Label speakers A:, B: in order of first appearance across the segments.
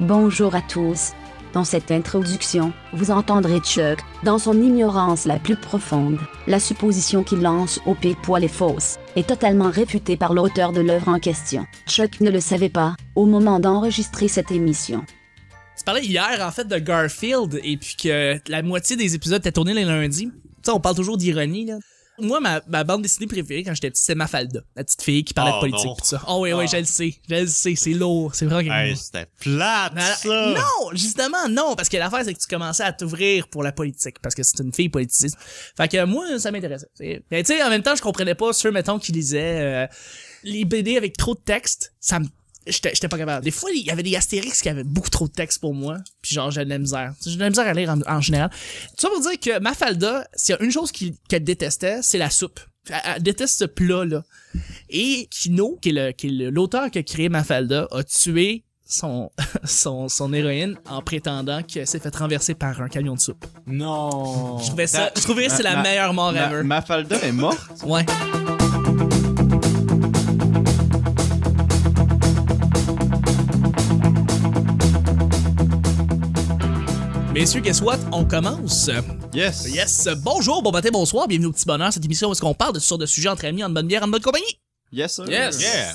A: Bonjour à tous. Dans cette introduction, vous entendrez Chuck, dans son ignorance la plus profonde. La supposition qu'il lance au pied-poil est fausse, est totalement réfutée par l'auteur de l'œuvre en question. Chuck ne le savait pas, au moment d'enregistrer cette émission.
B: Tu parlais hier, en fait, de Garfield, et puis que la moitié des épisodes étaient tournés les lundis. Tu sais, on parle toujours d'ironie, là. Moi, ma, ma bande dessinée préférée quand j'étais petit, c'est Mafalda, la petite fille qui parlait
C: Oh,
B: de politique
C: non.
B: pis ça. Oh oui, oui,
C: Ah.
B: je le sais, je le sais, c'est lourd, c'est vraiment...
C: Hey, c'était plate,
B: Ah,
C: ça!
B: Non, justement, non, parce que l'affaire, c'est que tu commençais à t'ouvrir pour la politique, parce que c'est une fille politisée. Fait que moi, ça m'intéressait. C'est- Mais tu sais, en même temps, je comprenais pas ceux, mettons, qui lisaient euh, les BD avec trop de texte, ça me... J'étais j'étais pas capable. Des fois, il y avait des astérix qui avaient beaucoup trop de texte pour moi, puis genre, j'avais de la misère. J'ai de la misère à lire en, en général. Tout ça pour dire que Mafalda, s'il y a une chose qu'il- qu'elle détestait, c'est la soupe. Elle, elle déteste ce plat-là. Et Kino, qui est le- qui est le- l'auteur qui a créé Mafalda, a tué son, son, son héroïne en prétendant qu'elle s'est fait renverser par un camion de soupe.
D: Non.
B: Je trouvais ça, je trouvais que c'est la
D: Ma-
B: meilleure mort
D: Ma-
B: ever.
D: Mafalda est morte.
B: Ouais. Messieurs, guess what? On commence.
D: Yes.
B: Yes, bonjour, bon matin, bonsoir, bienvenue au Petit Bonheur, cette émission où est-ce qu'on parle de toutes sortes de sujets entre amis, en bonne bière, en bonne compagnie.
D: Yes, sir.
B: Yes.
C: Yeah!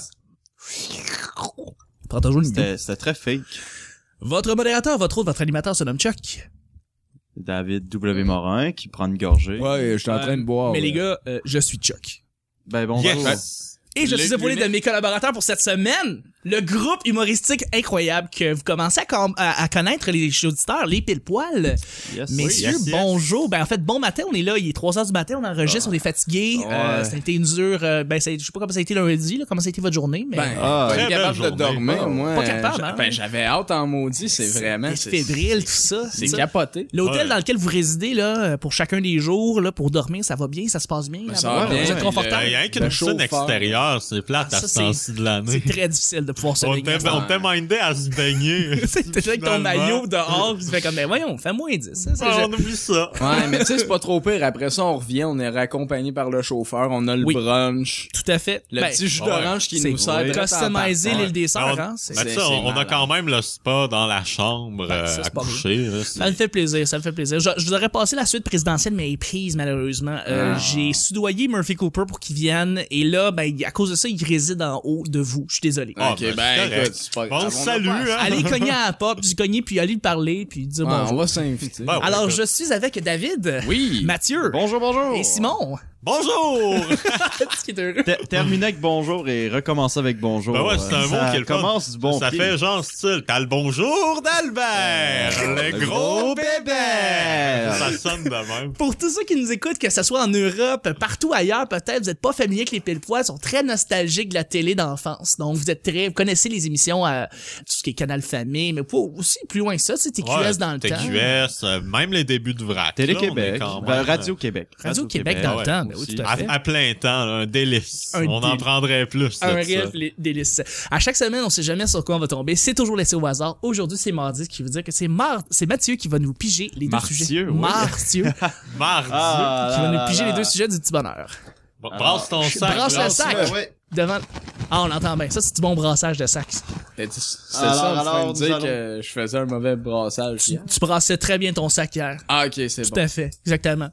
B: Prends toujours une
D: C'était c'était très fake.
B: Votre modérateur, votre autre, votre animateur se nomme Chuck.
D: David W. Morin qui prend une gorgée.
E: Ouais, je suis en train de
D: Oh,
E: boire.
B: Mais les
E: ouais.
B: gars, euh, je suis Chuck.
D: Ben bon.
C: Yes.
B: Et je
C: Le-
B: suis épaulé de
C: l'unique-
B: mes collaborateurs pour cette semaine. Le groupe humoristique incroyable que vous commencez à, com- à- à connaître, les auditeurs, les pile-poils.
D: Yes.
B: Messieurs,
C: yes, yes.
B: bonjour. Ben, en fait, bon matin, on est là. Il est 3 heures du matin, on enregistre, on est fatigué. Euh,
D: Ouais.
B: ça a été une dure, euh, ben, ça a- je sais pas comment ça a été lundi, là, comment ça a été votre journée, mais. euh,
E: Ben,
D: Ah,
E: pas
C: très
E: capable
C: belle
E: de
C: journée.
E: dormir,
D: Oh.
E: moi.
B: Pas capable, hein?
E: Ben, j'avais hâte en maudit, c'est vraiment.
B: c'est fébrile, tout ça.
E: C'est
B: ça.
E: capoté.
B: L'hôtel
C: Ouais.
B: dans lequel vous résidez, là, euh, pour chacun des jours, là, pour dormir, ça va bien, ça se passe bien.
E: Ben,
B: là-bas?
E: ça va
D: bien.
B: Vous êtes
D: Le-
B: confortable?
C: Il Euh, y a rien qu'une
E: Le
C: piscine
E: chauffeur.
C: extérieure, c'est plate
B: Ça,
C: à ce
B: c'est-
C: temps-ci de
B: C'est
C: l'année.
B: très difficile de pouvoir se
C: On
B: baigner à
C: était-
B: ce
C: on était mindé à se baigner.
B: C'est peut-être avec ton
C: Finalement.
B: maillot dehors, pis tu fais comme, ben voyons, fais-moi 10. Ça, c'est-
C: Ah,
B: je-
C: on oublie ça.
E: Ouais, mais tu sais, c'est pas trop pire. Après ça, on revient, on est raccompagné par le chauffeur, on a le
B: Oui.
E: brunch,
B: Tout à fait.
E: le
B: Ben,
E: petit jus
C: ouais.
E: d'orange qui
B: c'est
E: nous sert. direct en
B: customiser
E: partant.
B: l'île des
C: Ben,
B: sœurs,
C: on-
B: hein. c'est-
C: ben,
E: c'est-
C: ça,
E: c'est
C: on a
E: malade.
C: quand même le spa dans la chambre
B: Ben, ça,
C: euh,
B: c'est
C: à
B: pas
C: coucher. là, c'est-
B: Ça me fait plaisir, ça me fait plaisir. Je, je vous aurais passé la suite présidentielle, mais elle est prise malheureusement. Euh, J'ai soudoyé Murphy Cooper pour qu'il vienne, et là, ben, il- à cause de ça, il réside en haut de vous. Je suis désolé.
C: Ah, ben,
E: Ok, ben,
C: c'est
E: écoute, c'est pas
C: Bon
E: grave.
C: salut,
E: On va
C: hein.
B: Allez cogner à la porte, puis cogner, puis aller lui parler, puis dire
E: Ouais, on
B: bonjour.
E: va s'inviter.
C: Ben, ouais,
B: Alors,
C: écoute.
B: je suis avec David,
E: Oui.
B: Mathieu
D: Bonjour, bonjour.
B: et Simon.
C: Bonjour!
B: Ce qui est heureux.
D: Ter- Terminer avec bonjour et recommencer avec bonjour.
C: Ben ouais, c'est un
D: Euh,
C: mot
D: ça
C: qui est le fun.
D: commence du bon
C: ça
D: pied.
C: fait genre style. T'as le bonjour d'Albert!
E: Euh,
C: le gros bébé!
D: Euh, bébé!
C: Ça sonne de même.
B: Pour tous ceux qui nous écoutent, que ce soit en Europe, partout ailleurs, peut-être, vous n'êtes pas familier avec les pile poils sont très nostalgiques de la télé d'enfance. Donc, vous êtes très, vous connaissez les émissions à tout ce qui est Canal Famille, mais pas aussi plus loin que ça, c'est TQS
C: Ouais,
B: dans le temps.
C: TQS, euh, même les débuts de VRAC. là, on est
D: Télé-Québec.
C: quand
D: ben,
C: même,
D: Radio-Québec.
B: Radio-Québec dans le
C: ouais,
B: temps, mais oui,
D: aussi.
B: tout
C: euh,
B: à fait.
C: À, à plein temps, là, un délice.
B: Un
C: on en
B: délice.
C: prendrait plus.
B: Un
C: de ça.
B: rêve lé- délice. À chaque semaine, on sait jamais sur quoi on va tomber. C'est toujours laissé au hasard. Aujourd'hui, c'est mardi, ce qui veut dire que c'est Mar- c'est Mathieu qui va nous piger les deux
D: Martieu,
B: sujets.
D: oui.
B: Martieu,
C: Mardi.
D: Ah,
B: qui va
D: là,
B: nous
D: là,
B: piger
D: là.
B: les deux sujets du petit bonheur.
C: Bon, brasse ton sac.
B: Brasse le
C: là.
B: sac.
D: Ouais, ouais.
B: Devant. Ah, on l'entend bien. Ça, c'est du bon brassage de sac.
E: C'est Ben, c'est
D: Alors,
E: ça, en train
D: alors,
E: de
D: nous
E: dire
D: allons-
E: que je faisais un mauvais brassage. hier.
B: Tu brassais très bien ton sac hier.
E: Ah, ok, c'est
B: Tout
E: bon.
B: à fait, exactement.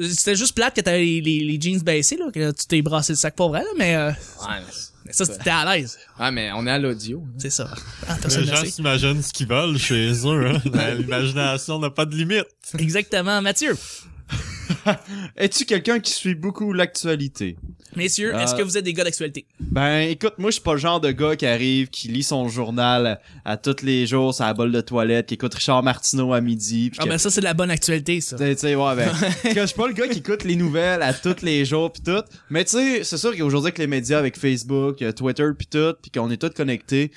B: C'était juste plate que t'avais les, les, les jeans baissés, là, que tu t'es brassé le sac pour vrai, là, mais, euh,
E: Ouais, mais-
B: mais ça, c'était à l'aise.
E: Ah, mais on est à l'audio. hein.
B: C'est ça. Ah, personne
C: Les
B: ne
C: gens
B: sait.
C: s'imaginent ce qu'ils veulent chez eux. hein. La- L'imagination n'a pas de limite.
B: Exactement, Mathieu.
D: Es-tu quelqu'un qui suit beaucoup l'actualité?
B: Messieurs,
D: Euh,
B: est-ce que vous êtes des gars d'actualité?
D: Ben, écoute, moi, je suis pas le genre de gars qui arrive, qui lit son journal à tous les jours sur la bolle de toilette, qui écoute Richard Martineau à midi. Pis
B: Ah,
D: que-
B: ben ça, c'est de la bonne actualité, ça.
D: Tu sais, ouais, ben, parce que je suis pas le gars qui écoute les nouvelles à tous les jours pis tout. Mais tu sais, c'est sûr qu'aujourd'hui avec les médias, avec Facebook, euh, Twitter pis tout, pis qu'on est tous connectés,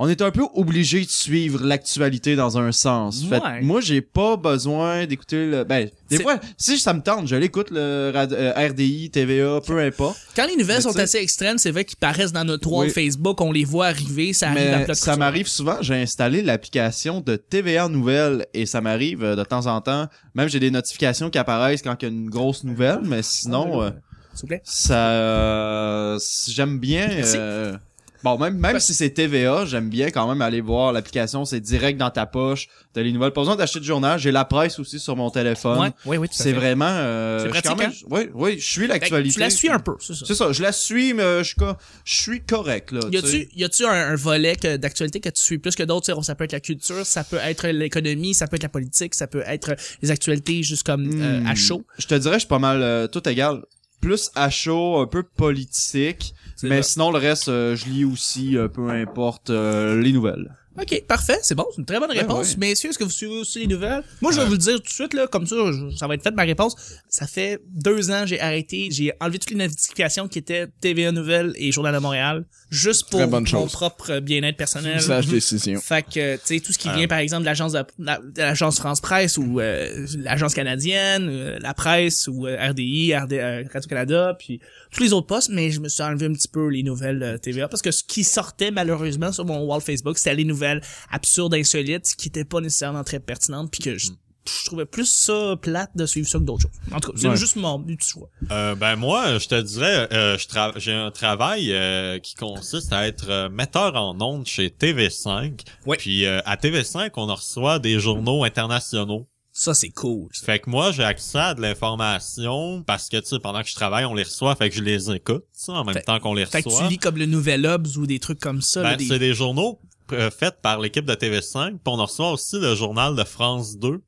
D: on est un peu obligé de suivre l'actualité dans un sens. Fait que
B: Ouais.
D: moi, j'ai pas besoin d'écouter le, ben, des
B: C'est-
D: fois, si ça me tente, je l'écoute le rad- euh, RDI, TVA, peu importe.
B: Quand les nouvelles
D: Mais
B: sont
D: tu sais-
B: assez extrêmes, c'est vrai qu'ils paraissent dans notre toile
D: Oui.
B: Facebook, on les voit arriver, ça arrive à
D: Mais
B: plat de
D: ça
B: couture.
D: m'arrive souvent, j'ai installé l'application de TVA Nouvelles et ça m'arrive euh, de temps en temps. Même j'ai des notifications qui apparaissent quand il y a une grosse nouvelle, mais sinon, euh,
B: S'il vous plaît.
D: ça, euh, j'aime bien.
B: Merci.
D: euh, Bon, même, même
B: Parce-
D: si c'est TVA, j'aime bien quand même aller voir l'application. C'est direct dans ta poche. T'as les nouvelles. Pas besoin d'acheter de journal. J'ai la presse aussi sur mon téléphone.
B: Ouais, oui, oui, tout à
D: Euh, C'est
B: fait.
D: vraiment. Euh,
B: C'est
D: je suis
B: pratique,
D: quand même- Oui, oui, je suis
B: Fait que
D: l'actualité.
B: Tu la suis un peu, c'est ça.
D: C'est ça, je la suis, mais je suis, co- je suis correct, là.
B: Y
D: tu sais.
B: a-tu, y a-tu un, un volet que- d'actualité que tu suis plus que d'autres? Tu sais, Ça peut être la culture, ça peut être l'économie, ça peut être la politique, ça peut être euh, les actualités juste comme euh,
D: Hmm.
B: à chaud.
D: Je te dirais, je suis pas mal euh, tout égal. Plus à chaud, un peu politique. Mais
E: vrai.
D: sinon, le reste, euh, je lis aussi, euh, peu importe, euh, les nouvelles.
B: OK, parfait, c'est bon, c'est une très bonne
D: Ben
B: réponse. Messieurs, est-ce que vous suivez aussi les nouvelles? Moi, je vais vous le dire tout de suite, là, comme ça, je- ça va être fait ma réponse. Ça fait deux ans, j'ai arrêté, j'ai enlevé toutes les notifications qui étaient TVA Nouvelles et Journal de Montréal, juste pour
E: Très bonne
B: mon
E: chose.
B: propre bien-être personnel.
E: Sage décision.
B: Fait que, tu sais, tout
C: Euh.
B: ce qui vient, par exemple, de l'agence de la- de l'agence France Presse ou euh, l'agence canadienne, euh, la presse ou euh, RDI, RD, euh, Radio-Canada, puis tous les autres postes, mais je me suis enlevé un petit peu les nouvelles euh, TVA parce que ce qui sortait malheureusement sur mon wall Facebook, c'était les nouvelles absurdes, insolites, qui étaient pas nécessairement très pertinentes, puis
C: Mm.
B: que je, je trouvais plus ça plate de suivre ça que d'autres choses. En tout cas, c'est
D: Ouais.
B: juste mon petit choix.
C: Euh, ben moi, je te dirais, euh, je tra- j'ai un travail euh, qui consiste à être euh, metteur en ondes chez TV5.
B: Ouais.
C: Puis euh, à TV5, on en reçoit des journaux internationaux.
B: Ça, c'est cool.
C: Fait que moi, j'ai accès à de l'information parce que, tu sais, pendant que je travaille, on les reçoit, fait que je les écoute, tu sais, en même
B: Fait-
C: temps qu'on les reçoit.
B: Fait que tu lis comme le Nouvel Obs ou des trucs comme ça.
C: Ben,
B: là, des-
C: C'est des journaux euh, faits par l'équipe de TV5. Puis on en reçoit aussi le journal de France 2.
B: le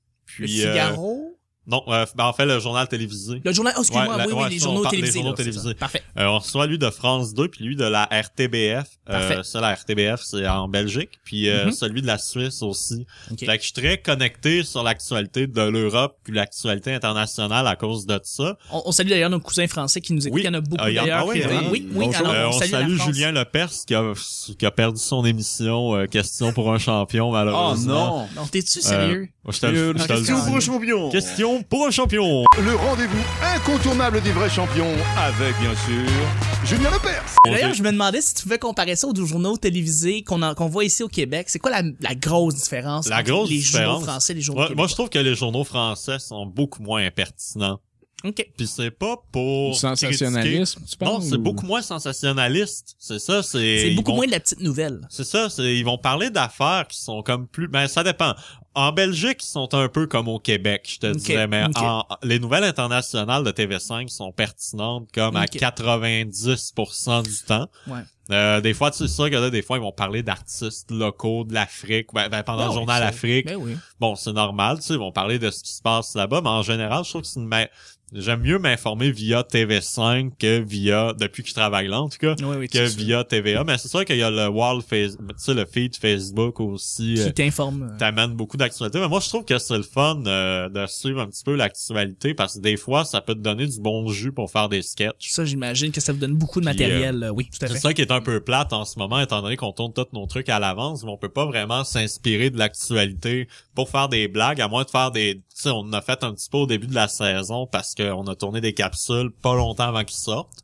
C: Puis, euh,
B: Figaro.
C: non, euh, ben, en fait, le journal télévisé.
B: Le journal, oh, excuse-moi,
C: Ouais, la-
B: oui, oui,
C: ouais,
B: les
C: ça, on
B: journaux
C: parle des
B: télévisés.
C: journaux
B: là, c'est ça.
C: télévisés.
B: Parfait.
C: Euh, on reçoit lui de France 2, puis lui de la RTBF.
B: Parfait.
C: Euh, ça, la RTBF, c'est en Belgique. Puis euh,
B: Mhm.
C: celui de la Suisse aussi.
B: Ok.
C: Fait que je suis très connecté sur l'actualité de l'Europe, puis l'actualité internationale à cause de ça.
B: On, on salue d'ailleurs nos cousins français qui nous écoutent.
C: Oui.
B: Il y en a beaucoup
C: Ah, il y en-
B: d'ailleurs.
C: ah oui,
B: qui-
C: vraiment?
B: oui, oui,
E: Bonjour.
B: alors,
C: Euh, on,
B: salue, la
C: salue
B: France.
C: Julien Lepers qui a, qui a perdu son émission euh, Question pour un champion,
D: Oh
C: malheureusement.
D: non!
B: Ah, Non,
C: Euh,
B: t'es-tu sérieux?
C: Je te le- je te le
B: question
C: dis. Question pour un champion.
F: Le rendez-vous incontournable des vrais champions avec, bien sûr, Julien Lepers.
B: D'ailleurs, je me demandais si tu pouvais comparer ça aux journaux télévisés qu'on en- qu'on voit ici au Québec. C'est quoi la, la grosse différence
C: La
B: entre
C: grosse
B: les journaux
C: différence.
B: français et les journaux
C: Ouais, moi, je
B: québécois?
C: trouve que les journaux français sont beaucoup moins impertinents.
B: OK.
C: Puis c'est pas pour
E: Du sensationnalisme, tu
C: critiquer. Non,
E: penses?
C: c'est
E: ou-
C: beaucoup moins sensationnaliste. C'est ça, c'est.
B: C'est
C: ils
B: beaucoup
C: vont-
B: moins de la petite nouvelle.
C: C'est ça, c'est ils vont parler d'affaires qui sont comme plus ben ça dépend. En Belgique, ils sont un peu comme au Québec, je te
B: Ok,
C: dirais, mais
B: ok.
C: en- les nouvelles internationales de TV5 sont pertinentes comme
B: Ok.
C: à 90% du temps.
B: Ouais.
C: Euh, des fois, c'est sûr que là, des fois, ils vont parler d'artistes locaux de l'Afrique, ben, ben, pendant
B: Ah
C: le
B: ouais,
C: journal
B: ça-
C: Afrique.
B: Ben oui.
C: Bon, c'est normal, tu sais, ils vont parler de ce qui se passe là-bas, mais en général, je trouve que c'est une ma- j'aime mieux m'informer via TV5 que via, depuis que je travaille là, en tout cas,
B: Oui, oui,
C: que
B: c'est ça.
C: via TVA. Mais c'est sûr qu'il y a le wall face, tu sais, le feed Facebook aussi. euh,
B: Qui t'informe. euh,
C: t'amène beaucoup d'actualité. Mais moi, je trouve que c'est le fun euh, de suivre un petit peu l'actualité parce que des fois, ça peut te donner du bon jus pour faire des sketchs.
B: Ça, j'imagine que ça vous donne beaucoup de
C: Puis,
B: matériel. euh, oui, tout à
C: C'est
B: fait.
C: ça qui est un peu plate en ce moment, étant donné qu'on tourne tous nos trucs à l'avance, mais on peut pas vraiment s'inspirer de l'actualité pour faire des blagues, à moins de faire des... Tu sais, on en a fait un petit peu au début de la saison parce qu'on a tourné des capsules pas longtemps avant qu'ils sortent.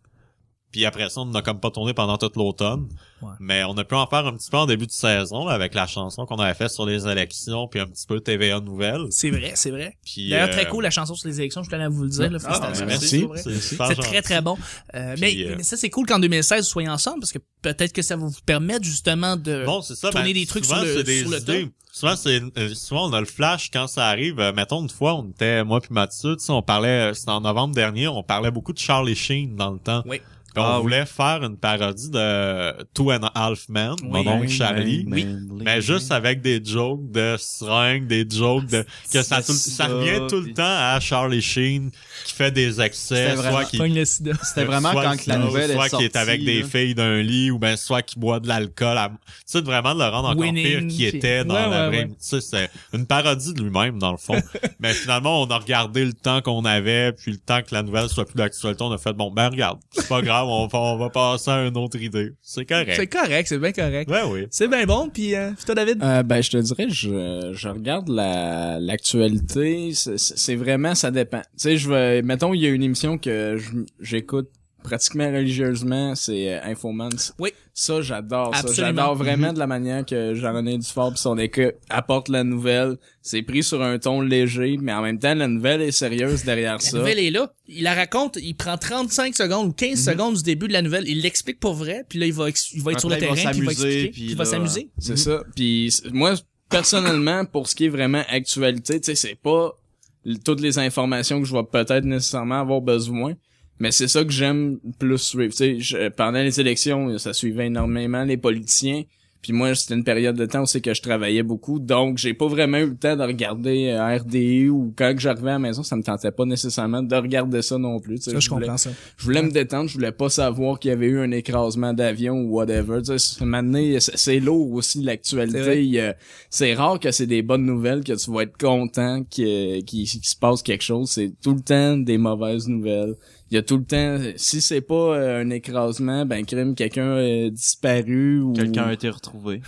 C: Puis après ça, on n'a comme pas tourné pendant tout l'automne.
B: Ouais.
C: Mais on a pu en faire un petit peu en début de saison là, avec la chanson qu'on avait faite sur les élections, puis un petit peu TVA Nouvelles.
B: C'est vrai, c'est vrai.
C: Puis,
B: D'ailleurs,
C: euh,
B: très cool la chanson sur les élections, je tenais à vous le dire. là. Félicitations,
C: ben,
B: c'est
C: merci.
B: vrai.
C: C'est super
B: C'est
C: gentil.
B: très très bon. Euh,
C: Puis,
B: mais,
C: euh,
B: mais ça c'est cool qu'en 2016 vous soyez ensemble parce que peut-être que ça va vous permettre justement de
C: Bon, c'est ça.
B: Euh, tourner
C: ben,
B: des trucs
C: souvent,
B: sur le-
C: c'est des
B: sur le tas.
C: idées. Souvent, c'est, euh, souvent, on a le flash quand ça arrive. Euh, mettons, une fois, on était, moi puis Mathieu, tu sais, on parlait, euh, c'était en novembre dernier, on parlait beaucoup de Charlie Sheen dans le temps.
B: Oui.
C: Puis on
D: Ah, oui.
C: voulait faire une parodie de Two and a Half Men, mon
B: Oui.
C: oncle Charlie.
D: Man, man, man.
C: Mais juste avec des jokes de seringues, des jokes de que ça, tout- ça
D: Ah, ça,
C: revient tout le
D: puis-
C: temps à Charlie Sheen qui fait des excès,
D: C'était vraiment
C: soit qui
B: Pogne le sida.
D: C'était vraiment
C: soit
D: quand que la
C: sinon,
D: nouvelle
C: soit
D: est sortie.
C: qui est avec des
D: là.
C: filles d'un lit ou ben soit qui boit de l'alcool à... tu sais vraiment de le rendre encore
B: Winning,
C: pire qui
B: puis-
C: était dans
B: Ouais,
C: la
B: ouais,
C: vraie
B: ouais.
C: tu sais c'est une parodie de lui-même dans le fond mais finalement on a regardé le temps qu'on avait puis le temps que la nouvelle soit plus d'actualité on a fait bon ben regarde c'est pas grave on va, on va passer à une autre idée
B: C'est
C: c'est correct
B: correct, c'est bien correct.
C: ouais oui
B: C'est bien bon puis euh, puis toi David
E: Euh, ben, je te dirais, je, je regarde la, l'actualité. C'est, c'est- c'est vraiment, ça dépend. Tu sais, je vais, mettons, il y a une émission que je- j'écoute pratiquement religieusement, c'est euh, Infomance.
B: Oui.
E: Ça, j'adore ça.
B: Absolument. Mm-hmm.
E: J'adore vraiment de la manière que Jean-René Dufort pis son équipe apporte la nouvelle. C'est pris sur un ton léger, mais en même temps, la nouvelle est sérieuse derrière
B: La
E: ça.
B: nouvelle est là. Il la raconte, il prend 35 secondes ou 15
D: Mhm.
B: secondes du début de la nouvelle, il l'explique pour vrai, puis là, il va, ex- il va être sur le
D: Après, il va
B: terrain, puis il va
D: s'amuser,
B: expliquer,
D: puis
B: puis il va
D: là,
B: s'amuser.
E: C'est ça. Puis c- moi, personnellement, pour ce qui est vraiment actualité, tu sais, c'est pas l- toutes les informations que je vais peut-être nécessairement avoir besoin, mais c'est ça que j'aime plus suivre. Tu sais, je- pendant les élections, ça suivait énormément les politiciens. Puis moi, c'était une période de temps où c'est que je travaillais beaucoup, donc j'ai pas vraiment eu le temps de regarder euh, RDI ou quand que j'arrivais à la maison, ça me tentait pas nécessairement de regarder ça non plus. tu sais.
B: Ça, je
E: voulais-
B: comprends ça.
E: je voulais me détendre, je voulais pas savoir qu'il y avait eu un écrasement d'avion ou whatever. Tu sais, c'est- maintenant, c'est c'est lourd aussi
B: C'est vrai.
E: l'actualité. Il y a- C'est rare que c'est des bonnes nouvelles que tu vas être content que- qu'il qu'il se passe quelque chose. C'est tout le temps des mauvaises nouvelles. Il y a tout le temps, si c'est pas euh, un écrasement, ben crime, quelqu'un est disparu ou
D: Quelqu'un a été retrouvé.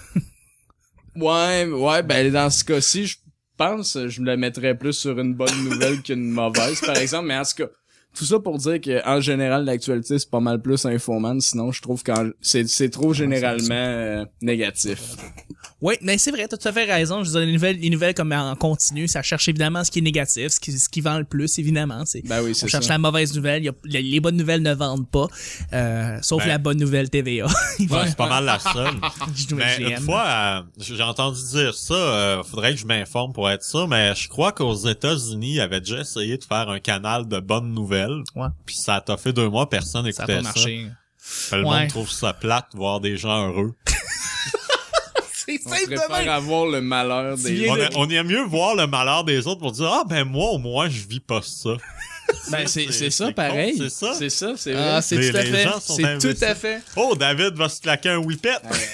E: Ouais, ouais, ben dans ce cas-ci, je pense que je me le mettrais plus sur une bonne nouvelle qu'une mauvaise, par exemple, mais en tout cas. Tout ça pour dire que en général l'actualité c'est pas mal plus infomane, sinon je trouve qu'en c'est c'est trop généralement euh, négatif.
B: Oui, mais c'est vrai, t'as tout à fait raison. Je veux dire, les nouvelles, les nouvelles comme en continu, ça cherche évidemment ce qui est négatif, ce qui, ce qui vend le plus, évidemment. C'est,
E: Ben oui,
B: on
E: c'est ça.
B: cherche la mauvaise nouvelle. il y a- les, les bonnes nouvelles ne vendent pas, euh, sauf
C: Ben.
B: la bonne nouvelle TVA. Ils vont-
C: Ouais, c'est pas mal la seule.
B: je dois
C: mais
B: GM.
C: une fois, euh, j'ai entendu dire ça, euh, faudrait que je m'informe pour être sûr, mais je crois qu'aux États-Unis, ils avaient déjà essayé de faire un canal de bonnes nouvelles.
B: Ouais.
C: Puis ça t'a fait deux mois, personne
B: ça a
C: n'écoutait
B: pas
C: ça.
B: marché.
C: Fait Le
B: Ouais.
C: monde trouve ça plate, voir des gens heureux.
B: C'est
E: On
B: simple de
E: préfère
B: même.
E: avoir le malheur
B: Tu
E: des
B: viens
C: On,
B: de-
C: a- on aime mieux voir le malheur des autres pour dire ah ben moi au moins je vis pas ça.
E: Ben c'est c'est
C: c'est
E: ça
C: con,
E: pareil.
C: c'est ça.
E: C'est ça, c'est
B: Ah, c'est
C: Les-
B: tout à
C: les
B: fait.
C: gens sont
B: C'est tout
C: investis.
B: à fait.
C: Oh David va se claquer un whippet.
E: vrai.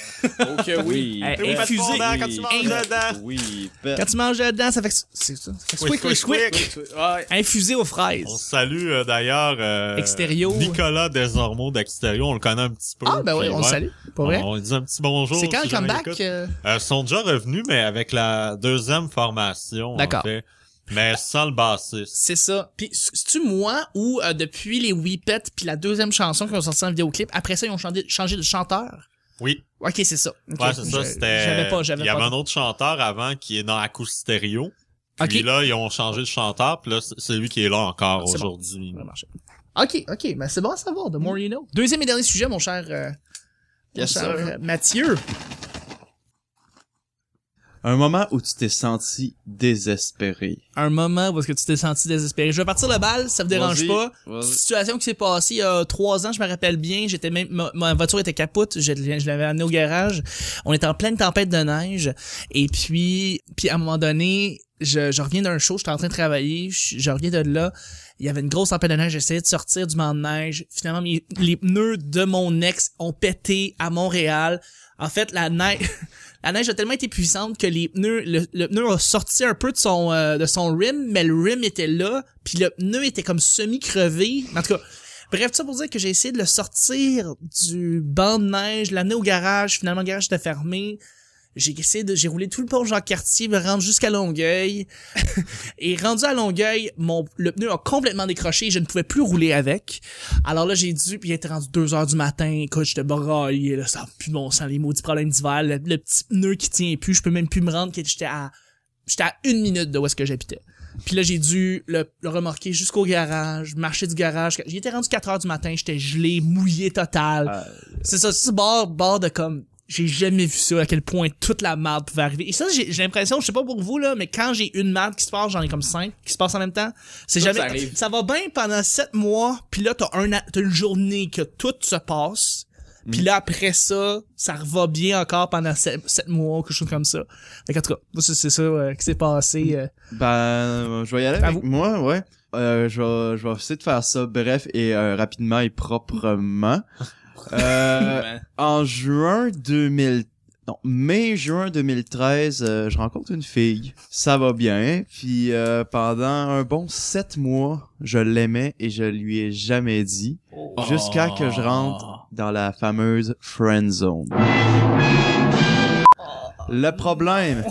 E: OK oui.
B: Hey,
C: T'es où,
B: infusé.
C: Passepartout, hein, quand tu manges
B: Oui.
C: dedans?
D: Oui,
B: Quand tu manges dedans, ça fait que- c'est ça. Ça fait squick,
C: Quick, quick,
B: quick, quick.
C: quick.
E: Ouais.
B: Infusé aux
C: On
B: fraises.
C: salue euh, d'ailleurs euh,
B: Extérieur.
C: Nicolas Desormeaux d'Extérieur, on le connaît un petit peu.
B: Ah, ben oui,
C: puis
B: on
C: ouais,
B: le salue. Pas vrai?
C: On, on lui dit un petit bonjour.
B: C'est quand
C: si
B: le
C: jamais il
B: comeback?
C: écoute.
B: euh,
C: Euh, ils sont déjà revenus, mais avec la deuxième formation. en
B: D'accord.
C: fait. Mais sans le bassiste.
B: C'est ça. Puis, c'est-tu moi ou euh, depuis les Whippets puis la deuxième chanson qu'ils ont sorti en vidéoclip, après ça, ils ont changé, changé de chanteur?
C: Oui,
B: Ok, c'est ça. Ok.
C: ouais, c'est ça.
B: Je-
C: C'était.
B: J'avais pas, j'avais
C: Il y avait
B: pas.
C: un autre chanteur avant qui est dans Acoustério. Puis
B: Ok.
C: là, ils ont changé de chanteur, puis là, c'est c'est lui qui est là encore
B: C'est bon.
C: aujourd'hui.
B: Ça va marcher. Ok, ok, mais c'est bon à savoir, the more you know. Deuxième et dernier sujet, mon cher, euh, mon
D: Yes,
B: cher,
D: sir.
B: euh, Mathieu.
D: Un moment où tu t'es senti désespéré.
B: Un moment où est-ce que tu t'es senti désespéré. Je vais partir le bal, ça vous dérange
D: Vas-y.
B: pas.
D: Vas-y.
B: Situation qui s'est passée il y a trois ans, je me rappelle bien. J'étais même, ma, ma voiture était capote. Je, je l'avais amenée au garage. On était en pleine tempête de neige. Et puis, puis à un moment donné, je, je reviens d'un show, j'étais en train de travailler, je, je reviens de là. Il y avait une grosse tempête de neige, j'essayais de sortir du banc de neige. Finalement, mes- les pneus de mon ex ont pété à Montréal. En fait, la neige, la neige a tellement été puissante que les pneus, le, le pneu a sorti un peu de son, euh, de son rim, mais le rim était là, puis le pneu était comme semi-crevé. En tout cas, bref, tout ça pour dire que j'ai essayé de le sortir du banc de neige, l'amener au garage. Finalement, le garage était fermé. J'ai essayé de, j'ai roulé tout le pont Jean-Cartier, me rendre jusqu'à Longueuil. Et rendu à Longueuil, mon, le pneu a complètement décroché, je ne pouvais plus rouler avec. Alors là, j'ai dû, puis il était rendu 2 heures du matin, écoute, j'étais braillé, là, ça a plus bon sang, les maudits problèmes d'hiver, le, le petit pneu qui tient plus, je peux même plus me rendre, que j'étais à, j'étais à une minute de où est-ce que j'habitais. Puis là, j'ai dû le, le remorquer jusqu'au garage, marcher du garage. J'y étais rendu 4 heures du matin, j'étais gelé, mouillé total.
E: Euh.
B: C'est ça, c'est ce bord, bord de comme, j'ai jamais vu ça, à quel point toute la merde pouvait arriver. Et ça, j'ai j'ai l'impression, je sais pas pour vous, là, mais quand j'ai une merde qui se passe, j'en ai comme cinq qui se passent en même temps. C'est
E: Ça,
B: jamais,
E: ça arrive.
B: ça va bien pendant sept mois, puis là, t'as un, a- t'as une journée que tout se passe. Puis
E: Mm.
B: là, après ça, ça va bien encore pendant sept, sept mois ou quelque chose comme ça. Fait qu'en tout cas, moi, c'est c'est ça euh, qui s'est
E: Mm.
B: passé. euh.
D: Ben, euh, je vais y aller
B: À
D: avec
B: vous.
D: moi, ouais. Euh, je vais, je vais essayer de faire ça bref et euh, rapidement et proprement. Euh,
E: Ben,
D: en juin 2000 non, mai juin 2013, euh, je rencontre une fille. Ça va bien, puis euh, pendant un bon sept mois, je l'aimais et je lui ai jamais dit jusqu'à que je rentre dans la fameuse friend zone. Le problème,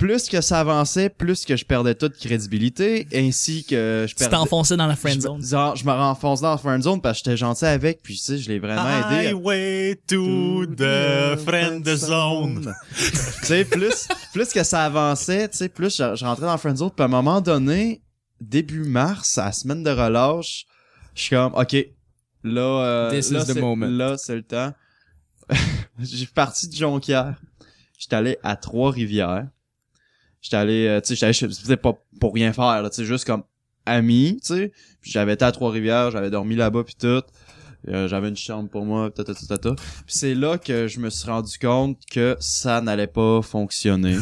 D: plus que ça avançait, plus que je perdais toute crédibilité, ainsi que je
B: Tu
D: perdais...
B: t'enfonçais dans la friend
D: Je,
B: zone.
D: genre, je me renfonce dans la friend zone parce que j'étais gentil avec, puis tu sais, je l'ai vraiment
B: Ah,
D: aidé. à-
C: Highway to the friend zone.
D: tu sais, plus, plus que ça avançait, tu sais, plus je, je rentrais dans la friend zone, puis à un moment donné, début mars, à la semaine de relâche, je suis comme, OK, là, euh,
E: This
D: là,
E: is the
D: c'est-
E: moment.
D: là, c'est le temps. J'ai parti de Jonquière. J'étais allé à Trois-Rivières. J'étais allé, euh, tu sais, j'étais allé, chez- c'était pas pour rien faire, là, tu sais, juste comme ami, tu sais. Puis j'avais été à Trois-Rivières, j'avais dormi là-bas puis tout. Euh, j'avais une chambre pour moi, ta, ta, ta, ta, ta. Puis c'est là que je me suis rendu compte que ça n'allait pas fonctionner.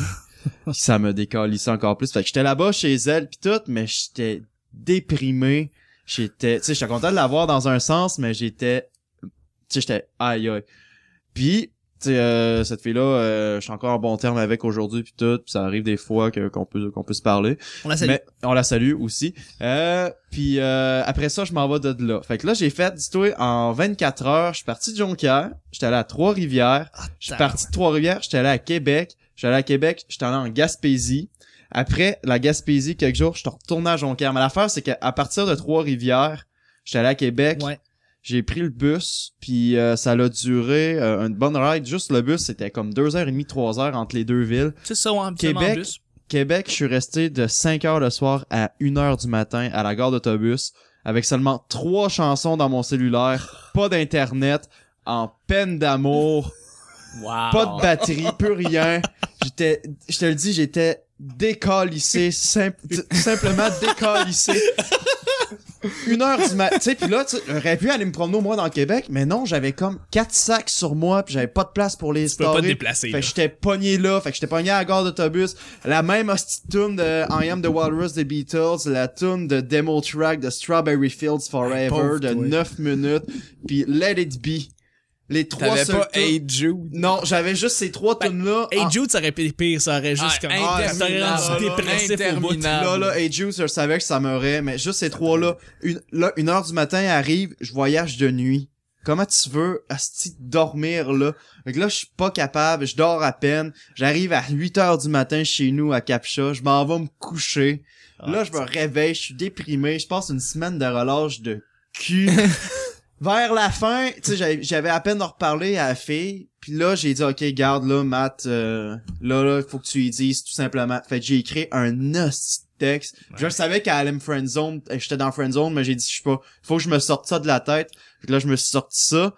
D: Puis ça me décalissait encore plus. Fait que j'étais là-bas chez elle puis tout, mais j'étais déprimé. J'étais, tu sais, j'étais content de la voir dans un sens, mais j'étais, tu sais, j'étais aïe aïe. Puis, tu sais, euh, cette fille-là, euh, je suis encore en bon terme avec aujourd'hui puis tout. Puis ça arrive des fois que- qu'on peut qu'on peut se parler.
B: On la salue.
D: Mais on la salue aussi. Euh, puis euh, après ça, je m'en vais de là. Fait que là, j'ai fait, dis-toi, en 24 heures, je suis parti de Jonquière, j'étais allé à Trois-Rivières, je suis
B: tabarnak.
D: parti de Trois-Rivières, j'étais allé à Québec, j'étais allé à Québec, j'étais allé en Gaspésie. Après la Gaspésie, quelques jours, je suis retourné à Jonquière. Mais l'affaire, c'est qu'à partir de Trois-Rivières, j'étais allé à Québec,
B: Ouais.
D: j'ai pris le bus, puis euh, ça l'a duré euh, une bonne ride. Juste le bus, c'était comme deux heures et demie, trois heures entre les deux villes.
B: C'est ça, ouais,
D: Québec,
B: habituellement, en plus.
D: Québec, je suis resté de 5 heures le soir à 1 heure du matin à la gare d'autobus avec seulement trois chansons dans mon cellulaire, pas d'internet, en peine d'amour,
B: Ah.
E: Wow.
D: pas de batterie, plus rien. J'étais, je te le dis, j'étais décalissé, sim- t- simplement décalissé. Une heure du matin, tu sais, puis là, tu sais, j'aurais pu aller me promener au moins dans le Québec, mais non, j'avais comme quatre sacs sur moi, puis j'avais pas de place pour les
B: Tu peux pas te
D: storer.
B: déplacer.
D: Fait
B: là.
D: que j'étais pogné là, fait que j'étais pogné à la gare d'autobus. La même hostie de tune de I Am the Walrus des Beatles, la tune de demo track de Strawberry Fields Forever
E: pauvre
D: de
E: toi.
D: 9 minutes, puis Let It Be. Les trois
E: T'avais
D: seules
E: pas
D: tunes-
E: Hey Jude.
D: Non, j'avais juste ces trois
B: Ben,
D: tunes là.
B: Hey Jude, ça aurait été pire, ça aurait juste
E: Ah,
B: comme...
E: ah,
B: ça t'aurait rendu
E: interminable.
B: dépressif au bout.
E: Interminable.
D: Là, là, hey Jude, je savais que ça m'aurait, mais juste ces trois-là. Une, là, une heure du matin elle arrive, je voyage de nuit. Comment tu veux, asti, dormir, là? Fait que là, je suis pas capable, je dors à peine. J'arrive à 8 heures du matin chez nous à Capcha, je m'en vais me coucher. là, je me réveille, je suis déprimé, je passe une semaine de relâche de cul. Vers la fin, tu sais, j'avais- j'avais à peine en reparlé à la fille, puis là, j'ai dit, OK, garde, là, Matt, euh, là, là, faut que tu lui dises, tout simplement. Fait que j'ai écrit un hostie de texte. Je savais qu'elle allait me friendzone, euh, j'étais dans friendzone, mais j'ai dit, je sais pas, faut que je me sorte ça de la tête. Fait que là, je me suis sorti ça.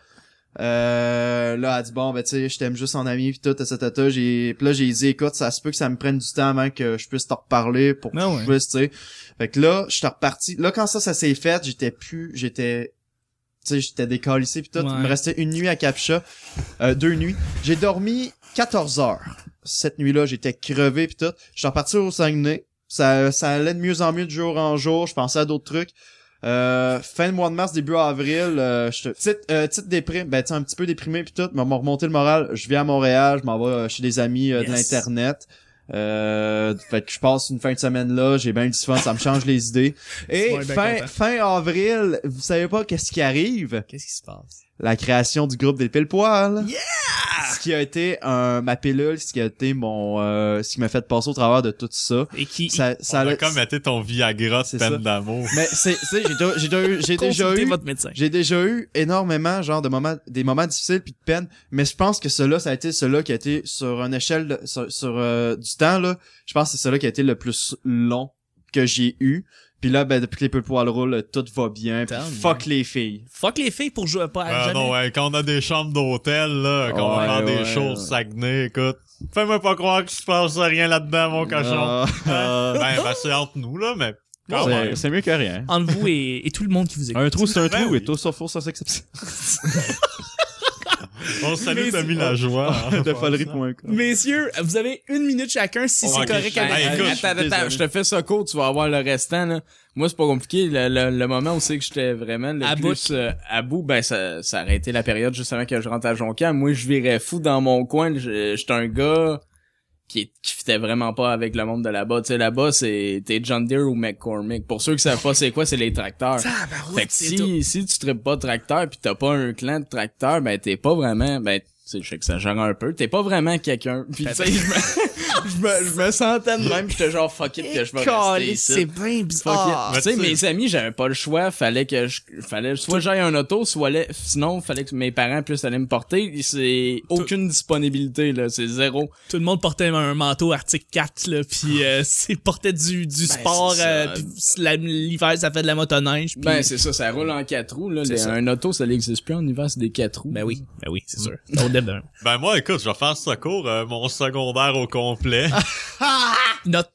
D: Euh, là, elle a dit bon, ben tu sais, je t'aime juste en ami pis tout, tata, tata, j'ai, pis là j'ai dit écoute, ça se peut que ça me prenne du temps avant que je puisse t'en reparler pour que
B: Ah ouais.
D: je puisse, tu sais. Fait que là, je suis reparti. Là, quand ça, ça s'est fait, j'étais plus, j'étais, tu sais, j'étais décalissé pis tout. Il me
B: Ouais.
D: restait une nuit à Capcha, euh, deux nuits. J'ai dormi 14 heures. Cette nuit-là, j'étais crevé pis tout. Je suis reparti au Saguenay. Ça, ça allait de mieux en mieux de jour en jour. Je pensais à d'autres trucs. Euh, fin de mois de mars, début avril, euh, je petite, euh, petite déprime, ben tu sais, un petit peu déprimé puis tout, mais m'a remonté le moral. Je viens à Montréal, je m'en vais euh, chez des amis euh, de
B: Yes.
D: l'internet. Euh, fait que je passe une fin de semaine là, j'ai bien du fun, ça me change les idées. Et
B: Ouais, ben
D: fin,
B: content.
D: fin avril, vous savez pas qu'est-ce qui arrive
B: Qu'est-ce qui se passe?
D: La création du groupe des pile poils.
B: Yeah!
D: Ce qui a été un ma pilule, ce qui a été mon, euh, ce qui m'a fait passer au travers de tout ça.
B: Et qui...
D: Ça, ça
C: Ça
D: l'a-
C: a comme été ton Viagra de
D: C'est ça.
C: peine d'amour.
D: Mais c'est, tu sais, j'ai déjà- j'ai déjà eu- j'ai déjà
B: Consultez
D: eu
B: votre médecin.
D: j'ai déjà eu énormément genre de moments des moments difficiles puis de peine, mais je pense que cela ça a été cela qui a été sur une échelle de- sur, sur, euh, du temps là, je pense que c'est cela qui a été le plus long que j'ai eu. Puis là ben depuis que les peu poils roulent, tout va bien. puis
B: Tant mieux.
D: fuck les filles.
B: Fuck les filles pour jouer pas à
C: Ah
B: jamais.
C: non, ouais, quand on a des chambres d'hôtel, là, quand on
D: Ouais,
C: va faire
D: ouais,
C: des choses
D: ouais.
C: Saguenay, écoute, fais-moi pas croire que je passe rien là-dedans, mon cochon.
D: Ah,
C: ben, ben, c'est entre nous, là, mais quand
D: c'est-
C: même.
D: c'est mieux que rien.
B: Entre vous et, et tout le monde qui vous écoute.
D: Un trou c'est un
C: Ben
D: trou
C: oui.
D: et tout sauf four sans exception.
C: On salue
B: Mais
C: Tommy
B: c'est-
C: Lajoie. hein,
D: de
C: pour ça.
D: folerie.com.
B: Messieurs, vous avez une minute chacun si
C: Oh,
B: c'est
C: ok,
B: correct
C: je-
B: avec
C: Hey,
E: Attends,
C: écoute, je
E: attends,
D: suis
E: attends,
D: désolé.
E: je te fais ça court, tu vas avoir le restant, là. Moi, c'est pas compliqué. Le, le- le moment où c'est que j'étais vraiment le
B: À
E: plus euh, à bout, ben, ça, ça aurait été la période juste avant que je rentre à Jonquière. Moi, je virais fou dans mon coin. Je- J'étais un gars qui, est- qui fitait vraiment pas avec le monde de là-bas. Tu sais, là-bas, c'est, t'es John Deere ou McCormick. Pour ceux qui savent pas c'est quoi, c'est les tracteurs.
B: Tabarouette,
E: Fait que
B: c'est tout.
E: si, si tu traites pas de tracteur pis t'as pas un clan de tracteur, ben t'es pas vraiment, ben, tu sais, je sais que ça gère un peu, t'es pas vraiment quelqu'un. Pis tu sais, je me- je, me, je me sentais de même, j'étais genre fuck it que je vais rester
B: Caliste, C'est Ah.
E: ici.
B: bien
E: Fuck it.
B: bizarre.
E: tu sais,
C: Mais tu
E: mes amis, j'avais pas le choix. Fallait que je, fallait, soit j'aille en auto, soit allait- sinon, fallait que mes parents puissent aller me porter. C'est aucune disponibilité, là. C'est zéro.
B: Tout le monde portait un manteau Arctic 4, là, puis euh, c'est portait du, du sport,
E: c'est ça.
B: euh, puis la- l'hiver, ça fait de la motoneige. Puis...
E: Ben, c'est ça, ça roule en quatre roues, là. Les-
B: ça.
E: Un auto, ça n'existe plus en hiver, c'est des quatre roues.
B: Ben oui, ben oui, c'est sûr. Au début.
C: Ben moi, écoute, je vais faire ça court, euh, mon secondaire au complet.
B: Ah, Notre,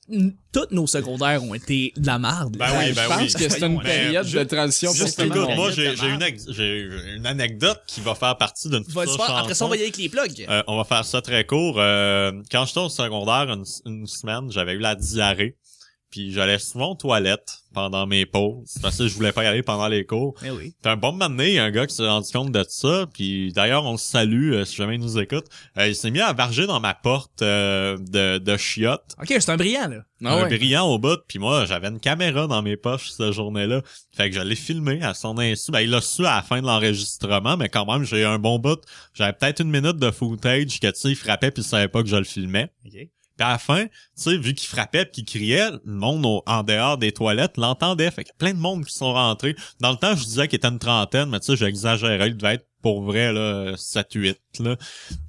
B: toutes nos secondaires ont été de la Euh, marde.
C: Ben oui, ben
E: je pense
C: oui.
E: que c'est une
C: Mais
E: période
C: ju-
E: de transition Ben, pour
C: Juste
E: tout le
C: écoute,
E: monde.
C: moi j'ai j'ai une, ex- j'ai une anecdote qui va faire partie d'une future
B: Vas-y, faire- après ça, on
C: chanson.
B: va y aller avec les plugs.
C: Euh, on va faire ça très court. Euh, quand j'étais au secondaire, une, une semaine, j'avais eu la diarrhée. Puis j'allais souvent aux toilettes pendant mes pauses. Parce que je voulais pas y aller pendant les cours.
B: Ben oui.
C: Puis un bon moment donné, il y a un gars qui s'est rendu compte de ça. Puis d'ailleurs, on le salue euh, si jamais il nous écoute. Euh, il s'est mis à varger dans ma porte euh, de, de chiottes
B: Ok, c'est un brillant, là.
E: Ah
C: un
E: ouais.
C: brillant au bout, puis moi, j'avais une caméra dans mes poches cette journée-là. Fait que je l'ai filmé à son insu. Ben, il l'a su à la fin de l'enregistrement, mais quand même, j'ai eu un bon bout. J'avais peut-être une minute de footage que, tu sais, il frappait puis il savait pas que je le filmais. Puis à la fin, tu sais, vu qu'il frappait puis qu'il criait, le monde au- en dehors des toilettes l'entendait. Fait que plein de monde qui sont rentrés. Dans le temps, je disais qu'il était une trentaine, mais tu sais, j'exagérais. Il devait être pour vrai, là, 7-8, là.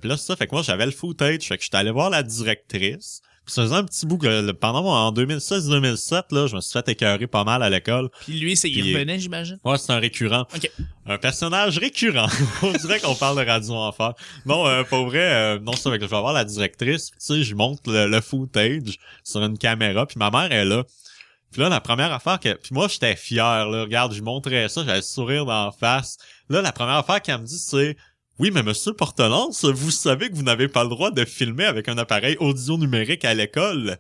C: Puis là, c'est ça, fait que moi, j'avais le footage. Fait que j'étais allé voir la directrice. Puis ça faisait un petit bout que, le- pendant mon, en 2006-2007, là, je me suis fait écœurer pas mal à l'école.
B: Euh, Puis lui, c'est, il
C: Puis-
B: revenait, j'imagine.
C: Ouais, c'est un récurrent.
B: Ok.
C: Un personnage récurrent. On dirait qu'on parle de Radio Enfer. Non, euh, pour vrai, euh, non, c'est vrai que je vais voir la directrice. puis Tu sais, je monte le, le footage sur une caméra, puis ma mère est là. Puis là, la première affaire que... Puis moi, j'étais fier, là. Regarde, je montrais ça, j'avais le sourire dans la face. Là, la première affaire qu'elle me dit, c'est... Oui, mais monsieur Portelance, vous savez que vous n'avez pas le droit de filmer avec un appareil audio numérique à l'école.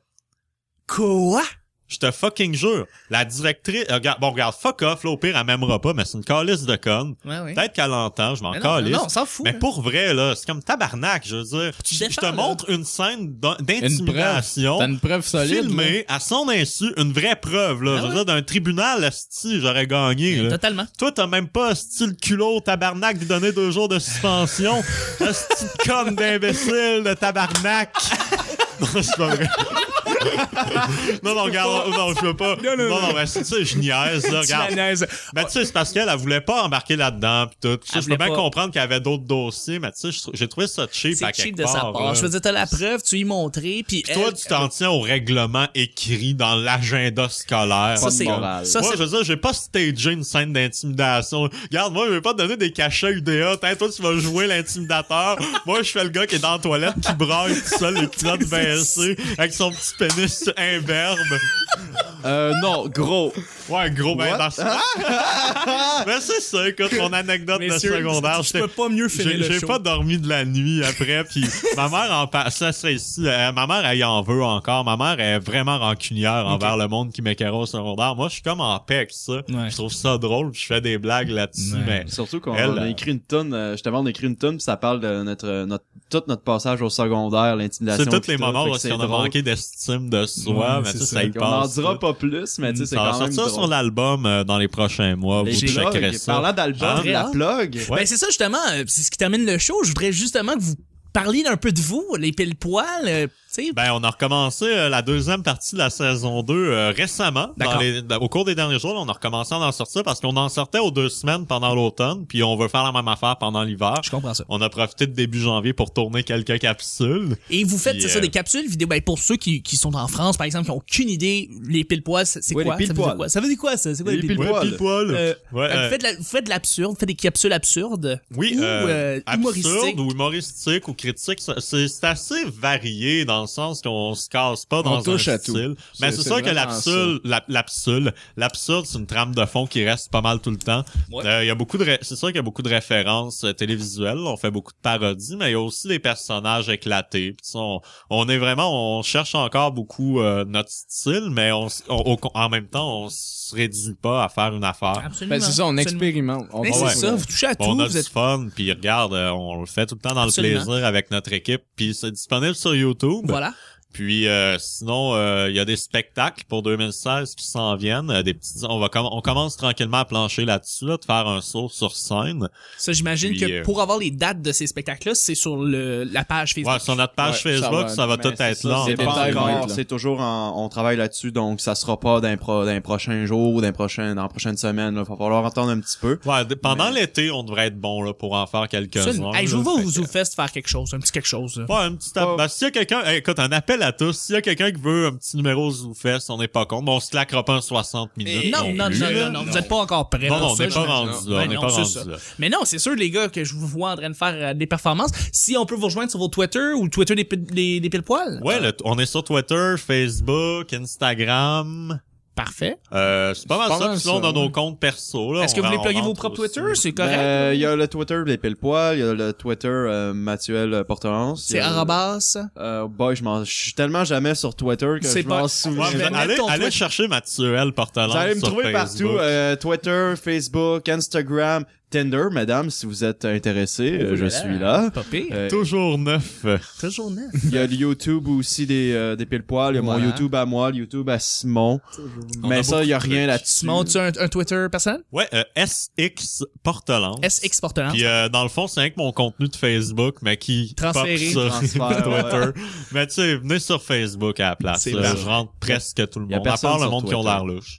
B: Quoi?
C: Je te fucking jure. La directrice, euh, regarde, bon, regarde, fuck off, là, au pire, elle m'aimera pas, mais c'est une calice de conne.
B: Ouais, ouais.
C: Peut-être qu'elle entend, je m'en
B: Mais non,
C: calisse.
B: non, on s'en fout.
C: mais
B: là.
C: pour vrai, là, c'est comme tabarnak, je veux dire.
B: Tu
C: je
B: défends,
C: te
B: là.
C: montre une scène d'in-
E: Une preuve.
C: d'intimidation.
E: T'as une preuve solide. là.
C: Filmée à son insu, une vraie preuve, là.
B: Ah
C: je veux
B: ouais?
C: dire, d'un tribunal, si j'aurais gagné, là.
B: Totalement.
C: Toi, t'as même pas style culot tabarnak de donner deux jours de suspension. Style conne d'imbécile de tabarnak. non, c'est pas vrai. non, non, regarde, non, je veux pas. Non, non, mais c'est ça, je niaise, là, regarde.
B: Mayonnaise.
C: Mais tu sais, c'est parce qu'elle, elle voulait pas embarquer là-dedans pis tout. Tu sais,
B: Elle
C: je peux
B: voulait
C: bien
B: pas.
C: comprendre qu'il y avait d'autres dossiers, mais tu sais, je trou- j'ai trouvé ça cheap à
B: C'est
C: quelque
B: cheap de sa
C: part, là.
B: part. Je veux dire, t'as la preuve, tu y montré, puis
C: Toi,
B: elle-
C: tu t'en tiens au règlement écrit dans l'agenda scolaire.
B: Ça, c'est...
D: morale.
B: Ça,
C: moi,
B: c'est...
C: je veux dire, j'ai pas stagé une scène d'intimidation. Regarde, moi, je vais pas te donner des cachets UDA. Tiens, toi, tu vas jouer l'intimidateur. moi, je fais le gars qui est dans la toilette, qui braille tout seul, les culottes baissées, avec son petit pénis imberbe.
D: Euh,
E: Oh,
D: non, gros.
C: Ouais, gros ben
D: What?
C: dans Mais c'est ça, écoute, mon anecdote
B: Messieurs,
C: de secondaire.
B: tu
C: j'étais-
B: peux pas mieux finir
C: j'ai
B: le
C: j'ai
B: show.
C: pas dormi de la nuit après, puis ma mère en passe, ça serait ici. euh, ma mère, elle y en veut encore. Ma mère est vraiment rancunière envers le monde qui m'écœurait au secondaire. Moi, je suis comme en paix avec ça.
B: Ouais.
C: Je trouve ça drôle, puis je fais des blagues là-dessus,
B: Ouais.
C: mais
D: Surtout qu'on
C: Elle,
D: on a
C: euh,
D: écrit une tonne, euh, justement, on a écrit une tonne, puis ça parle de notre, euh, notre, tout notre passage au secondaire, l'intimidation.
C: c'est tous les
D: puis tout,
C: moments
D: fait que
C: où
D: c'est
C: on a
D: drôle.
C: manqué d'estime de soi,
B: Ouais,
C: mais
B: c'est
C: ça, ça,
B: ça.
C: y
D: On n'en
C: passe. Mm,
D: dira pas plus, mais tu sais, c'est
C: ça va
D: quand même
C: sortir sur
D: drôle.
C: l'album euh, dans les prochains mois.
D: Les
C: vous checkerez
D: plugs,
C: ça.
D: Parlant d'album,
B: Andrea.
D: la plug.
C: Hein? Ouais.
B: Ben, c'est ça, justement. euh, C'est ce qui termine le show. Je voudrais justement que vous parliez d'un peu de vous, les pile-poils, euh, tu sais.
C: Ben, on a recommencé euh, la deuxième partie de la saison 2 euh, récemment. Dans
B: D'accord.
C: les- dans- au cours des derniers jours, là, on a recommencé à en sortir parce qu'on en sortait aux deux semaines pendant l'automne, puis on veut faire la même affaire pendant l'hiver.
B: Je comprends ça.
C: On a profité de début janvier pour tourner quelques capsules.
B: Et vous faites,
C: Puis,
B: c'est ça,
C: euh,
B: des capsules vidéo. Ben, pour ceux qui, qui sont en France, par exemple, qui ont aucune idée, les pile-poils, c'est c'est
D: Ouais,
B: quoi?
D: les
B: Ça veut dire
D: pile-poils.
B: quoi? Ça veut dire quoi, ça? C'est quoi
D: Les
B: les
D: pile-poils.
B: pile-poils?
C: Ouais,
D: poil.
C: pile poil.
B: Euh,
C: ouais,
B: Fait que
C: euh,
B: Vous faites de la- vous faites de l'absurde, vous faites des capsules absurdes.
C: oui,
B: ou,
C: euh,
B: euh, humoristiques.
C: absurde ou humoristique ou critique, ça- c'est c'est assez varié dans le sens qu'on se casse pas dans
E: touche
C: un
E: à tout.
C: style. Mais c'est
E: C'est- c'est
C: sûr que
E: vraiment
C: l'absurde, l'ab- l'absurde, l'absurde, c'est une trame de fond qui reste pas mal tout le temps.
B: Ouais.
C: Euh, il y a beaucoup de, ré- c'est sûr qu'il y a beaucoup de références euh, télévisuelles. On fait beaucoup de parodies, mais il y a aussi des personnages éclatés. Puis ça, on, on est vraiment, on cherche encore beaucoup euh, notre style, mais on, s- on- on- en même temps, on se réduit pas à faire une affaire.
B: Absolument.
E: Ben, c'est ça, on
B: Absolument.
E: expérimente. On
B: Mais
E: va
B: c'est
E: voir.
B: ça, vous touchez à
C: Ah Bon, on
B: tout,
C: a
B: vous
C: du
B: êtes
C: fun, puis regarde, euh, on le fait tout le temps dans
B: Absolument.
C: le plaisir avec notre équipe, puis c'est disponible sur YouTube.
B: Voilà.
C: Puis euh, sinon, euh, il y a des spectacles pour 2016 qui s'en viennent. euh, des petits, on va com- on commence tranquillement à plancher là-dessus, là, de faire un saut sur scène.
B: Ça, j'imagine
C: Puis,
B: que
C: euh,
B: pour avoir les dates de ces spectacles-là, c'est sur le, la page Facebook.
C: Ouais, sur notre page
E: Ouais, ça
C: Facebook,
E: va-
C: ça va
E: ben,
C: tout
E: c'est
C: être
E: ça,
C: là.
E: c'est
C: On est pas
E: détail,
C: encore-
E: ouais.
D: encore, c'est toujours en- on travaille là-dessus, donc ça sera pas d'un pro, d'un prochain jour, d'un prochain, dans la prochaine semaine, là. Va falloir attendre un petit peu.
C: Ouais, d- pendant l'été, on devrait être bon là, pour en faire quelques-uns.
B: Absolument. Hey, je
C: là.
B: vous vois
C: Fait
B: au
C: que-
B: ZooFest faire quelque chose, un petit quelque chose. là.
C: Ouais, un petit app-
D: Ouais.
C: ben, s'il y a quelqu'un, hey, écoute, un appel à tous. S'il y a quelqu'un qui veut un petit numéro ZooFest, on n'est pas contre. mais on se claquera pas en 60 minutes.
B: Non, non, non,
C: plus, là.
B: non, non, vous êtes pas encore prêts.
C: Non,
B: pour
C: non, on
B: ça,
C: n'est pas
B: j'imagine.
C: rendu là.
B: Ben
C: on n'est
B: non,
C: pas
B: c'est ça.
C: rendu là.
B: Mais non, c'est sûr, les gars, que je vous vois en train de faire euh, des performances. Si on peut vous rejoindre sur vos Twitter ou le Twitter des, pi- des, des pile-poils.
C: Ouais, le- on est sur Twitter, Facebook, Instagram.
B: Parfait.
C: Euh, c'est pas mal
E: C'est pas
C: ça.
E: mal
C: Puis sinon,
E: ça,
C: dans nos
E: ouais.
C: comptes perso, là.
B: Est-ce que
C: on
B: vous voulez
C: en
B: plugger vos
C: rentre
B: propres
C: aussi.
B: Twitter? C'est
D: Ben, Il
B: correct.
D: y a le Twitter des pile poil, il y a le Twitter euh, Mathieu Porterance.
B: c'est arrobas.
D: Euh, boy, je m'en, je suis tellement jamais sur Twitter que
B: C'est
D: je m'en
B: pas-
C: Ouais,
D: souviens.
B: Je vais
C: mais
B: mettre
C: allez,
B: ton
C: allez
B: Twitter.
C: chercher Mathieu Portalance.
D: Vous allez me trouver partout, euh, Twitter, Facebook, Instagram, Tinder, madame, si vous êtes intéressé, euh, je suis là.
B: Pas pire.
D: Euh,
C: Toujours neuf.
B: Toujours neuf.
D: Il y a le YouTube aussi des, euh, des pile poil, il y a mon
B: Voilà.
D: YouTube à moi, le YouTube à Simon.
C: On
D: mais
C: a
D: ça, il y a
C: beaucoup de
D: rien
C: trucs.
D: là-dessus.
B: Simon, tu as un, un Twitter personnel?
C: Ouais, euh, SX Portalance.
B: SX Portelance.
C: Puis euh, dans le fond, c'est rien que mon contenu de Facebook, mais qui pop
B: Transféré,
C: sur
D: transfert,
C: Twitter. Mais tu sais, venez sur Facebook à la place.
B: C'est
C: Là,
B: vrai.
C: je rentre presque tout le
D: Y a
C: monde, à
D: personne
C: part le
D: sur
C: monde qui ont
D: Twitter.
C: l'air louche.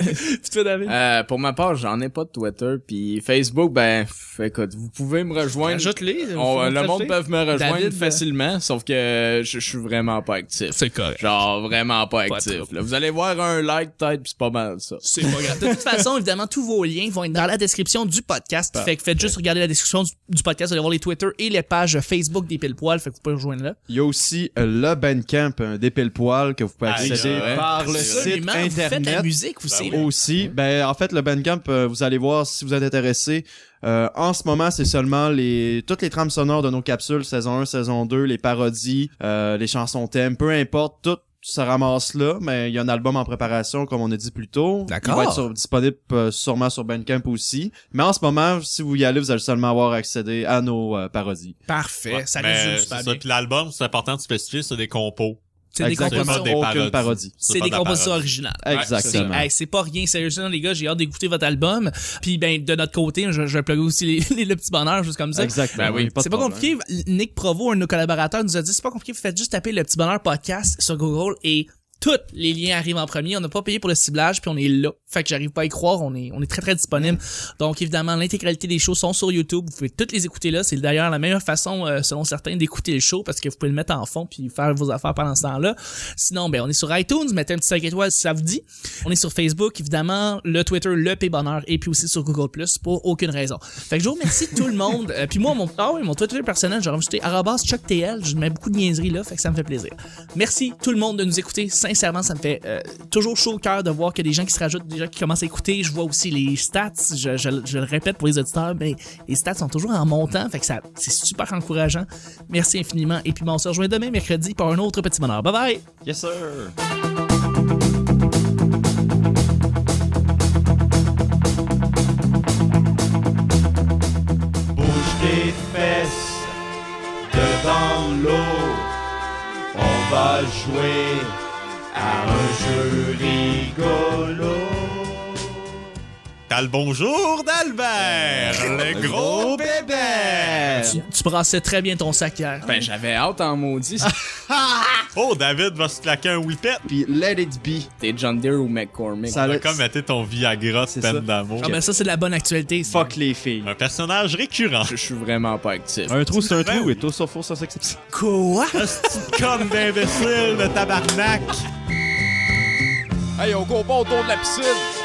B: Puis toi, David?
E: Euh, pour ma part, j'en ai pas de Twitter, puis Facebook, ben, f- écoute, vous pouvez me rejoindre.
B: Ajoute-les.
E: On- le monde peut me rejoindre
B: David, euh,
E: facilement, sauf que je, je suis vraiment pas actif.
B: C'est correct.
E: Genre, vraiment pas
B: Pas
E: actif.
B: trop.
E: là. Vous allez voir un like, peut-être, pis c'est pas mal, ça.
B: C'est pas grave. De toute façon, évidemment, tous vos liens vont être dans la description du podcast. Fait que faites juste regarder la description du, du podcast. Vous allez voir les Twitter et les pages Facebook des pile poils. Fait que vous pouvez rejoindre là.
D: Il y a aussi euh, le Bandcamp hein, des pile poil que vous pouvez
C: Ah,
D: accéder
C: c'est vrai.
D: par le site
B: Absolument, vous faites de la
D: internet.
B: musique aussi. là.
D: aussi. Ben, en fait, le Bandcamp, euh, vous allez voir si vous êtes intéressé. Euh, en ce moment, c'est seulement les toutes les trames sonores de nos capsules, saison 1, saison 2, les parodies, euh, les chansons thèmes, peu importe, tout se ramasse là, mais il y a un album en préparation, comme on a dit plus tôt.
B: D'accord.
D: Il va être sur- disponible euh, sûrement sur Bandcamp aussi. Mais en ce moment, si vous y allez, vous allez seulement avoir accédé à nos euh, parodies.
B: Parfait.
C: Ouais,
B: ça
C: mais
D: Ben,
B: résume
C: c'est
B: super
C: ça.
B: bien.
C: Puis l'album, c'est important de spécifier, c'est des compos.
B: C'est des
D: Exactement.
B: compositions.
D: Des aucune parodie.
B: C'est
C: pas
B: des
C: de la
B: compositions
C: parodie.
B: originales.
D: Exactement.
B: Hey, c'est pas rien, sérieusement les gars, j'ai hâte d'écouter votre album. Puis ben de notre côté, je, je vais plugger aussi les, les- le petit bonheur, juste comme ça.
D: Exactement.
E: Ben oui,
D: y a de
B: c'est pas
D: problème.
B: compliqué. Nick Provo, un de nos collaborateurs, nous a dit c'est pas compliqué. Vous faites juste taper le petit bonheur podcast sur Google et tous les liens arrivent en premier. On n'a pas payé pour le ciblage puis on est là. Fait que j'arrive pas à y croire. On est, on est très très disponible. Donc évidemment, l'intégralité des shows sont sur YouTube. Vous pouvez toutes les écouter là. C'est d'ailleurs la meilleure façon, euh, selon certains, d'écouter le show parce que vous pouvez le mettre en fond puis faire vos affaires pendant ce temps-là. Sinon, ben on est sur iTunes. Mettez un petit 5 étoiles si ça vous dit. On est sur Facebook, évidemment, le Twitter, le P Bonheur, et puis aussi sur Google Plus pour aucune raison. Fait que je vous remercie tout le monde. Euh, puis moi, mon, ah oui, mon Twitter personnel, j'ai rajouté arrobas chucktl. Je mets beaucoup de niaiseries là, fait que ça me fait plaisir. Merci tout le monde de nous écouter. Sincèrement, ça me fait euh, toujours chaud au cœur de voir que des gens qui se rajoutent, des gens qui commencent à écouter. Je vois aussi les stats. Je, je- je le répète pour les auditeurs, mais les stats sont toujours en montant. Fait que ça, c'est super encourageant. Merci infiniment. Et puis, bon, on se rejoint demain, mercredi, pour un autre petit bonheur. Bye bye!
D: Yes, sir.
F: Bouge tes fesses devant l'eau. On va jouer à un jeu rigolo.
C: T'as le bonjour d'Albert, le gros
D: bébé!
B: Tu, tu brassais très bien ton sac hier.
E: Ben, j'avais hâte en maudit.
B: Ah.
C: Oh, David va se claquer un whippet.
D: Puis Let It Be.
E: T'es John Deere ou McCormick.
D: Ça
C: T'as
D: l'a-
C: comme été ton Viagra de
D: C'est
C: peine
D: ça.
C: d'amour.
B: Ah ben ça c'est de la bonne actualité. ça.
D: Fuck les filles.
C: Un personnage récurrent.
E: Je je suis vraiment pas actif.
D: Un trou, c'est un
C: Ben
D: trou,
C: oui.
D: et tout sur four, ça s'accepte.
B: Quoi?
C: Comme d'imbécile de tabarnak.
E: Hey, on court pas autour de la piscine!